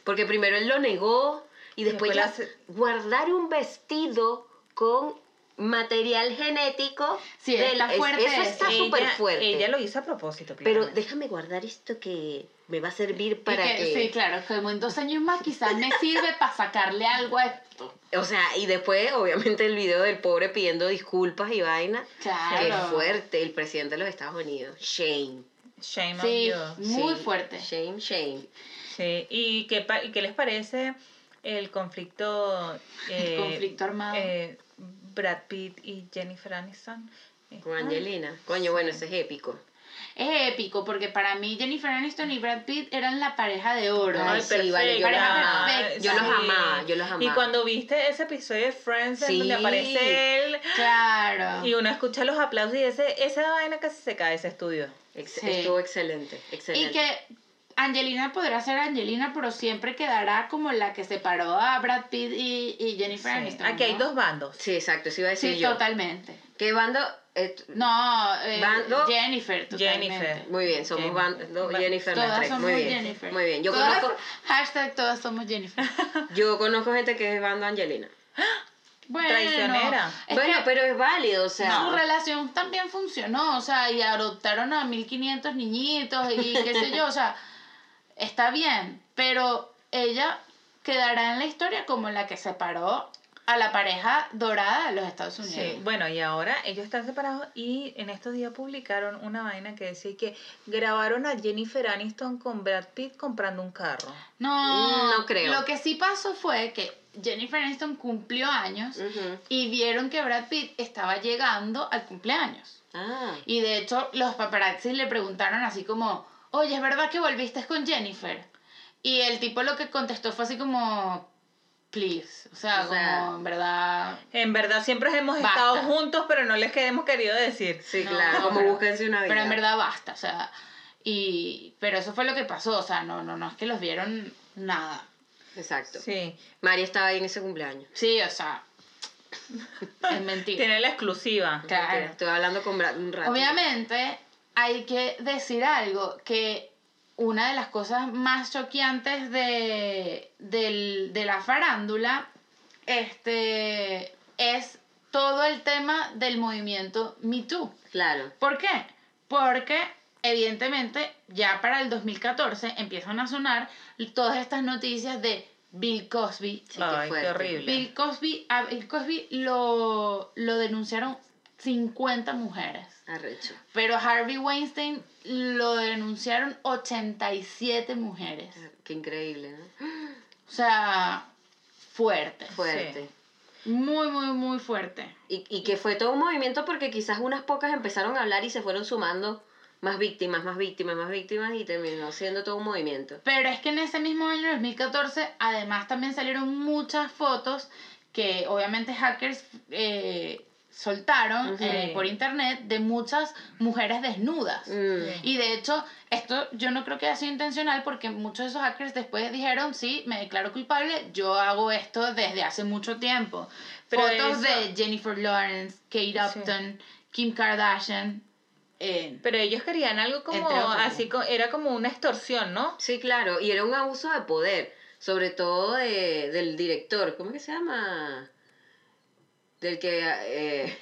B: Porque primero él lo negó y después,
C: después
B: ya
C: la se-
B: guardar un vestido con material genético.
A: Sí, está
B: es-
A: fuerte eso.
B: Eso está
C: Ella-
B: súper fuerte.
C: Ella lo hizo a propósito,
B: Pero
C: claramente.
B: déjame guardar esto que me va a servir para
A: Y que-
B: que...
A: Sí, claro, como en dos años más quizás me sirve para sacarle algo a esto.
B: O sea, y después, obviamente, el video del pobre pidiendo disculpas y vaina.
A: Claro.
B: Qué fuerte, el presidente de los Estados Unidos. Shame.
C: Shame
A: Sí,
C: on you.
A: muy
B: Sí,
A: fuerte.
B: Shame, shame.
C: Sí. ¿Y qué, pa- y qué les parece el conflicto... eh,
A: conflicto armado.
C: eh, Brad Pitt y Jennifer Aniston. Eh,
B: Con Angelina. Coño, bueno, ese es épico.
A: Es épico porque para mí Jennifer Aniston y Brad Pitt eran la pareja de oro.
B: Ay,
A: Sí.
B: perfecto. vale, yo
A: Pareja
C: los amaba.
A: perfecta.
B: Yo los amaba, yo los
C: Y
B: amaba.
C: cuando viste ese episodio de Friends en
B: Sí.
C: donde aparece él
A: Claro.
C: y uno escucha los aplausos y ese, esa vaina casi se cae ese estudio.
B: Ex-
A: Sí.
B: Estuvo excelente, excelente.
A: Y que Angelina podrá ser Angelina, pero siempre quedará como la que separó a Brad Pitt y, y Jennifer
C: Sí.
A: Aniston.
C: Aquí hay
A: ¿no?
C: dos bandos.
B: Sí, exacto, eso iba a decir
A: Sí,
B: yo.
A: totalmente.
B: ¿Qué bando? Eh, t-
A: No, eh,
B: Bando-
A: Jennifer, totalmente.
C: Jennifer.
B: muy bien, somos
C: Jennifer.
B: bando
C: Ba-
B: Jennifer las
A: Todas
B: tres,
A: somos
B: Muy bien.
A: Jennifer.
B: Muy bien. Yo
A: Todas-
B: conozco,
A: Hashtag todas somos Jennifer.
B: yo conozco gente que es bando Angelina.
A: Bueno,
C: Traicionera.
A: es
B: bueno,
A: que
B: pero es válido, o sea.
A: Su relación también funcionó, o sea, y adoptaron a 1500 niñitos y qué sé yo, o sea, está bien, pero ella quedará en la historia como la que separó a la pareja dorada de los Estados Unidos.
C: Sí, bueno, y ahora ellos están separados y en estos días publicaron una vaina que decía que grabaron a Jennifer Aniston con Brad Pitt comprando un carro.
A: No,
B: Mm, No creo.
A: Lo que sí pasó fue que Jennifer Aniston cumplió años
B: Ujú.
A: y vieron que Brad Pitt estaba llegando al cumpleaños.
B: Ah,
A: Y de hecho, los paparazzi le preguntaron así como, oye, ¿es verdad que volviste con Jennifer? Y el tipo lo que contestó fue así como, please. O sea,
B: O
A: como,
B: sea,
A: en verdad.
C: En verdad siempre hemos
A: Basta.
C: estado juntos, pero no les que hemos querido decir.
B: sí,
A: No,
B: claro, como
A: pero-
B: búsquense una vida.
A: Pero en verdad basta, o sea. Y, pero eso fue lo que pasó, o sea, no, no, no es que los vieron nada.
B: Exacto.
C: Sí.
B: María estaba ahí en ese cumpleaños.
A: Sí, o sea, es mentira.
C: Tiene la exclusiva.
A: Claro.
B: Estoy hablando con Brad un rato.
A: Obviamente, hay que decir algo, que una de las cosas más choqueantes de, del- de la farándula este, es todo el tema del movimiento Me Too.
B: Claro.
A: ¿Por qué? Porque evidentemente ya para el 2014 empiezan a sonar todas estas noticias de Bill Cosby.
B: Sí, qué
C: Ay, qué
B: fuerte.
C: horrible.
A: Bill Cosby, a Bill Cosby lo, lo denunciaron 50 mujeres.
B: Arrecho.
A: Pero Harvey Weinstein lo denunciaron 87 mujeres.
B: Qué increíble, ¿no?
A: O sea, fuerte.
B: Fuerte.
A: Muy, muy, muy fuerte.
B: Y, y que fue todo un movimiento porque quizás unas pocas empezaron a hablar y se fueron sumando más víctimas, más víctimas, más víctimas y terminó siendo todo un movimiento.
A: Pero es que en ese mismo año, 2014, además también salieron muchas fotos que obviamente hackers eh, soltaron
B: Ujú.
A: eh, por internet de muchas mujeres desnudas.
B: Mm,
A: Y de hecho, esto yo no creo que haya sido intencional porque muchos de esos hackers después dijeron, sí, me declaro culpable, yo hago esto desde hace mucho tiempo.
C: Pero
A: Fotos
C: eso-
A: de Jennifer Lawrence, Kate
C: Sí.
A: Upton, Kim Kardashian. eh,
C: Pero ellos querían algo como,
A: Entre otros.
C: así, co- era como una extorsión, ¿no?
B: Sí, claro, y era un abuso de poder, sobre todo de, del director, ¿cómo que se llama? Del que eh,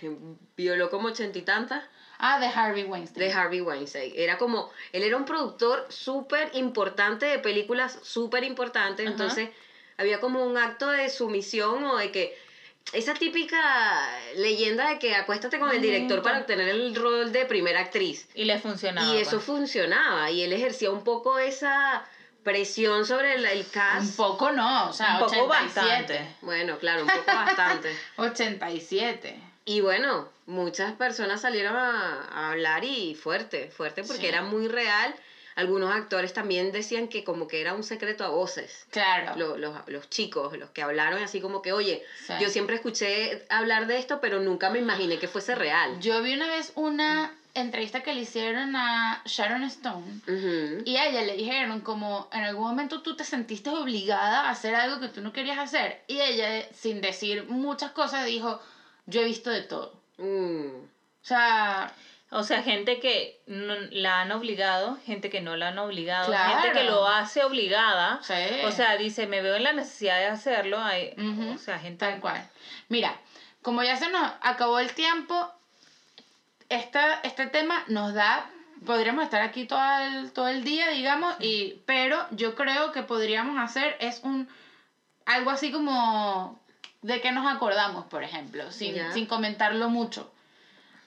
B: violó como ochenta y tantas,
A: ah, de Harvey Weinstein.
B: de Harvey Weinstein. Era como, él era un productor súper importante de películas súper importantes,
C: Ajá.
B: entonces había como un acto de sumisión o de que esa típica leyenda de que acuéstate con el director para obtener el rol de primera actriz.
C: Y les funcionaba.
B: Y eso
C: pues.
B: funcionaba, y él ejercía un poco esa presión sobre el, el
A: Un
B: cast.
A: poco no, o sea,
C: un poco
A: 87.
C: bastante.
B: Bueno, claro, un poco bastante.
A: 87.
B: Y bueno, muchas personas salieron a, a hablar y fuerte, fuerte porque
A: Sí.
B: era muy real. algunos actores también decían que como que era un secreto a voces.
A: Claro.
B: Lo- Los, los chicos, los que hablaron así como que, oye,
A: Sí.
B: yo siempre escuché hablar de esto, pero nunca me imaginé que fuese real.
A: Yo vi una vez una entrevista que le hicieron a Sharon Stone
B: Ujú.
A: y a ella le dijeron como en algún momento tú te sentiste obligada a hacer algo que tú no querías hacer y ella sin decir muchas cosas dijo yo he visto de todo.
B: Mm.
A: O sea,
C: O sea, gente que no- la han obligado, gente que no la han obligado, gente que
A: Claro.
C: lo hace obligada.
A: sí.
C: O sea, dice, me veo en la necesidad de hacerlo. hay-
A: Ujú.
C: O sea, gente...
A: Tal cual. Mira, como ya se nos acabó el tiempo, esta, este tema nos da, podríamos estar aquí todo el, todo el día, digamos, y, pero yo creo que podríamos hacer es un, algo así como de que nos acordamos, por ejemplo, sin,
B: Ya.
A: sin comentarlo mucho.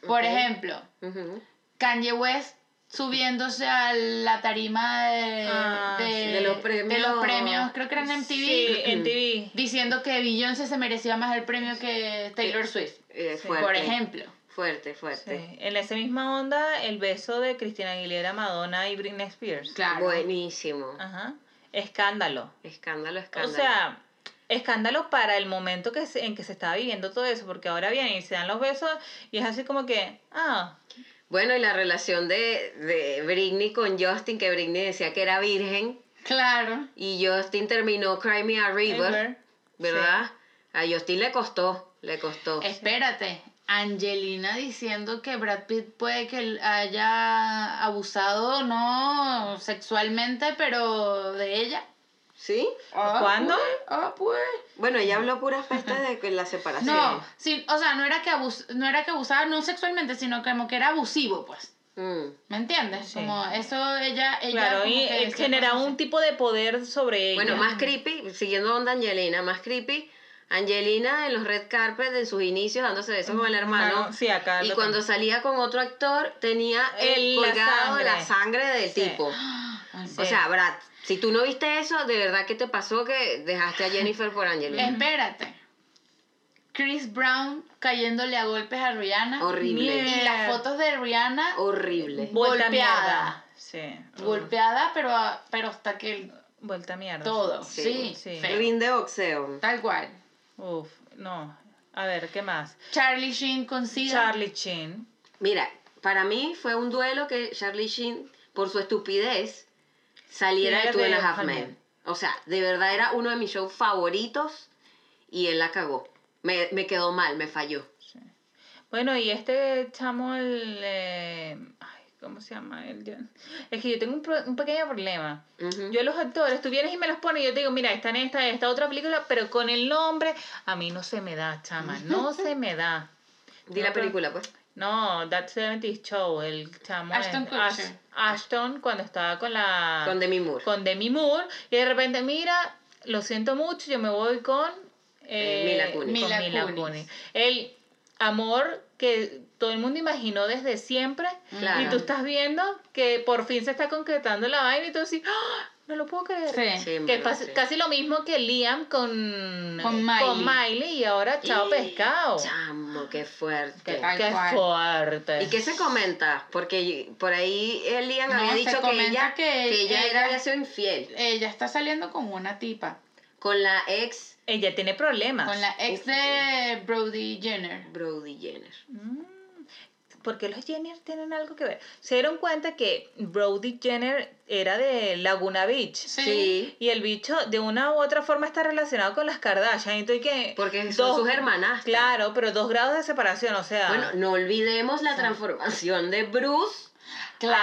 A: Por
B: Ok.
A: ejemplo,
B: Ujú.
A: Kanye West subiéndose a la tarima de,
C: Ah,
A: de,
C: sí,
B: de
A: de los
B: los premios.
A: premios, creo que eran MTV
C: Sí, en TV.
A: diciendo que Beyoncé se merecía más el premio que Taylor Swift,
B: Eh,
C: Sí.
B: fuerte,
A: por ejemplo.
B: Fuerte, fuerte.
C: Sí, En esa misma onda, el beso de Cristina Aguilera, Madonna y Britney Spears.
A: Claro.
B: Buenísimo.
C: Ajá. Escándalo.
B: Escándalo, escándalo.
C: Ah. O sea, escándalo para el momento que se- en que se estaba viviendo todo eso, porque ahora vienen y se dan los besos y es así como que, ah,
B: bueno, y la relación de, de Britney con Justin, que Britney decía que era virgen,
A: Claro.
B: y Justin terminó Cry Me a River,
C: River,
B: ¿verdad? A Justin le costó, le costó.
A: Espérate. Angelina diciendo que Brad Pitt puede que l- haya abusado, no sexualmente, pero de ella.
B: ¿Sí?
A: Ah,
C: ¿Cuándo?
A: pues, Ah, pues.
B: Bueno, ella habló puras pestes de que la
C: Ah,
B: separación.
A: No, sí, o sea, no era que abus no era que abusaba no sexualmente, sino como que era abusivo, pues.
B: Mm,
A: ¿Me entiendes?
C: Sí.
A: Como eso ella ella
C: claro,
A: como
C: y
A: que
C: eh,
A: decía
C: genera
A: cosas
C: un tipo de poder sobre ella.
B: Bueno, más creepy, siguiendo onda Angelina, más creepy. Angelina en los red carpet en sus inicios dándose besos con el hermano.
C: Claro, sí, acá
B: y
C: lo
B: cuando
C: tengo.
B: salía con otro actor, tenía el,
C: El- la
B: colgado
C: sangre.
B: la sangre del
C: Sí.
B: tipo.
A: así.
B: O sea, Brad, si tú no viste eso, de verdad que te pasó que dejaste a Jennifer por Angelina.
A: Espérate. Chris Brown cayéndole a golpes a Rihanna.
B: Horrible.
A: Y las fotos de Rihanna
B: Horrible.
C: Vuelta a
A: golpeada.
C: mierda. Sí.
A: golpeada, pero, a- pero hasta que el-
C: Vuelta a mierda.
A: todo.
B: Sí,
A: Sí,
C: sí.
A: feo.
B: Ring de boxeo.
A: Tal cual.
C: Uf, no. A ver, ¿qué más?
A: Charlie Sheen con SIDA.
C: Charlie Chin.
B: Mira, para mí fue un duelo que Charlie Sheen, por su estupidez, saliera de
C: Era
B: Two and
C: de
B: a Half
C: Half
B: Men.
C: Men.
B: O sea, de verdad era uno de mis shows favoritos y él la cagó. Me, me quedó mal, me falló.
C: Bueno, y este chamo, el. eh, ay, ¿cómo se llama? El, ya- es que yo tengo un, pro- un pequeño problema.
B: Ujú.
C: Yo a los actores, tú vienes y me los pones y yo te digo, mira, está en esta, esta otra película, pero con el nombre, a mí no se me da, chama, no se me da.
B: Di la película, pues.
C: No, That 70 Show, el chamo.
A: Ashton
C: es-
A: Kutcher.
C: Ash- Ashton, cuando estaba con la.
B: Con Demi Moore.
C: Ah. con Demi Moore, y de repente, mira, lo siento mucho, yo me voy con.
B: Eh, Mila Kunis.
C: con
A: Mila
C: Mila
A: Kunis.
C: Kunis. El amor que todo el mundo imaginó desde siempre,
B: Claro.
C: y tú estás viendo que por fin se está concretando la vaina, y tú así, ¡Ah! no lo puedo creer.
A: Sí.
B: Sí, en
C: Que
B: verdad,
C: pas-
B: sí.
C: casi lo mismo que Liam con,
A: Con Miley.
C: Miley, y ahora chao
B: Y-
C: pescado.
B: Chamo, qué fuerte.
C: Qué,
A: Tal
C: qué
A: cual.
C: fuerte.
B: ¿Y qué se comenta? Porque por ahí Elian
A: No,
B: había
A: se
B: dicho que
A: comenta
B: ella,
A: que
B: que ella
A: ella-
B: era, había sido infiel
A: Ella está saliendo con una tipa.
B: con la ex
C: Ella tiene problemas.
A: Con la ex de Brody Jenner.
B: Brody Jenner.
C: Porque Mm, los Jenner tienen algo que ver. Se dieron cuenta que Brody Jenner era de Laguna Beach.
A: Sí.
B: Sí,
C: Y el bicho, de una u otra forma, está relacionado con las Kardashian. Entonces, que
B: porque son sus hermanas.
C: Claro, pero dos grados de separación, o
A: Ah.
C: sea.
B: Bueno, no olvidemos la transformación de Bruce.
A: Claro,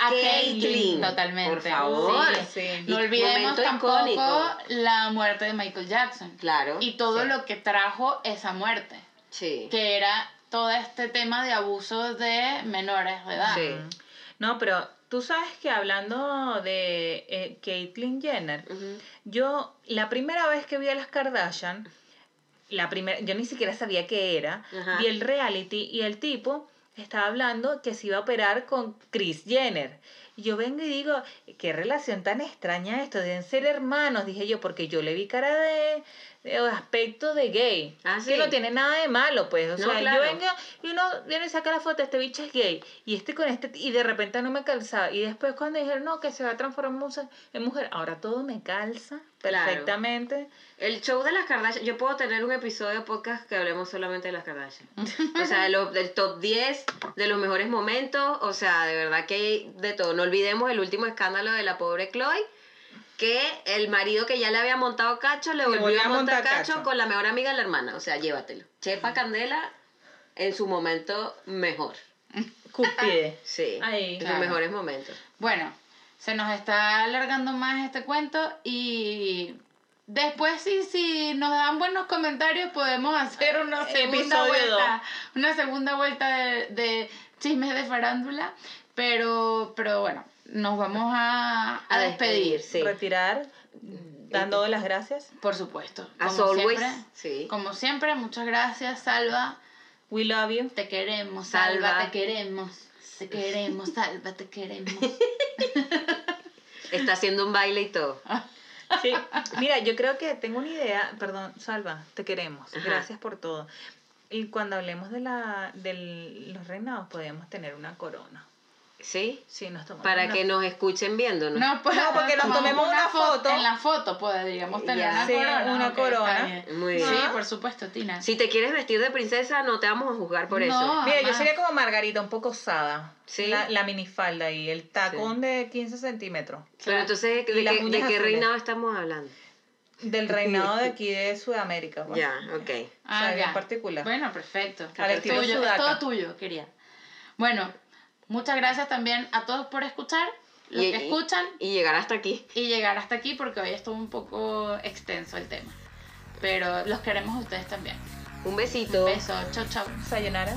B: Ah,
A: a
B: Caitlyn.
A: Caitlyn. Totalmente.
B: Por favor.
C: sí.
A: No
B: Y
A: olvidemos
B: momento
A: tampoco
B: icónico.
A: la muerte de Michael Jackson.
B: Claro.
A: Y todo
C: Sí.
A: lo que trajo esa muerte.
B: sí.
A: que era todo este tema de abuso de menores de edad.
B: Sí.
C: mm. No, pero tú sabes que hablando de eh, Caitlyn Jenner,
B: Ujú.
C: yo la primera vez que vi a las Kardashian, la primera, yo ni siquiera sabía qué era,
B: Ajá.
C: vi el reality y el tipo estaba hablando que se iba a operar con Kris Jenner. Y yo vengo y digo, qué relación tan extraña esto, deben ser hermanos, dije yo, porque yo le vi cara de, de aspecto de gay.
B: Ah, sí.
C: Que no tiene nada de malo, pues. O
B: No,
C: sea,
B: claro.
C: yo vengo y uno viene y saca la foto, este bicho es gay. Y este con este, y de repente no me calzaba. Y después cuando dijeron, no, que se va a transformar en musa- en mujer, ahora todo me calza
B: Claro.
C: perfectamente.
B: El show de las Kardashian, yo puedo tener un episodio de podcast que hablemos solamente de las Kardashian. O sea, de los- del top 10, de los mejores momentos, o sea, de verdad que hay de todo. No olvidemos el último escándalo de la pobre Chloe, que el marido que ya le había montado cacho le volvió a montar cacho, con la mejor amiga de la hermana. O sea, llévatelo. Chepa Candela en su momento mejor.
C: Cúspide.
B: Sí,
C: Ahí.
B: en
A: Claro.
B: sus mejores momentos.
A: Bueno, se nos está alargando más este cuento y después si, si nos dan buenos comentarios podemos hacer una segunda
C: Episodio
A: vuelta, una segunda vuelta de, de chismes de farándula, pero, pero bueno, nos vamos a, a despedir,
B: sí. Mm,
C: Retirar, dando las gracias.
A: por supuesto.
B: As
A: Como
B: always,
A: siempre,
B: sí.
A: como siempre, muchas gracias, Salva.
C: We love you.
A: Te queremos,
B: Salva.
A: Salva, te queremos. Te queremos, Salva, te queremos.
B: Está haciendo un baile y todo.
C: Sí. Mira, yo creo que tengo una idea. Perdón, Salva, te queremos.
B: Ajá.
C: Gracias por todo. Y cuando hablemos de la de los reinados, podemos tener una corona.
B: ¿Sí?
C: Sí, nos tomamos.
B: Para
C: una-
B: que nos escuchen viéndonos.
A: No, pues,
C: No, porque nos
A: tomamos
C: tomemos una foto.
A: En la foto podríamos tener
B: Ya.
A: una
C: Sí,
A: corona.
C: una
A: ok, está
C: corona.
A: bien.
B: Muy bien.
A: Sí,
C: Ajá.
A: por supuesto, Tina.
B: Si te quieres vestir de princesa, no te vamos a juzgar por eso.
A: No.
C: Mira, yo
A: jamás.
C: sería como Margarita, un poco osada.
B: Sí.
C: La, la minifalda y el tacón de 15 centímetros.
B: Pero entonces, ¿de,
C: Y las
B: qué,
C: uñas
B: de qué
C: azules.
B: reinado estamos hablando?
C: Del reinado de aquí de Sudamérica. pues.
B: Ya, ok.
A: Ah,
C: O sea, bien
A: ya.
C: particular.
A: Bueno, perfecto.
C: Al
A: Es
C: estilo
A: tuyo, es
C: sudaca.
A: todo tuyo, quería. Bueno, muchas gracias también a todos por escuchar, los
B: Y-
A: que
B: y-
A: escuchan,
B: Y llegar hasta aquí.
A: y llegar hasta aquí porque hoy estuvo un poco extenso el tema. Pero los queremos a ustedes también.
B: Un besito.
A: Un beso, chao, chao.
C: Sayonara.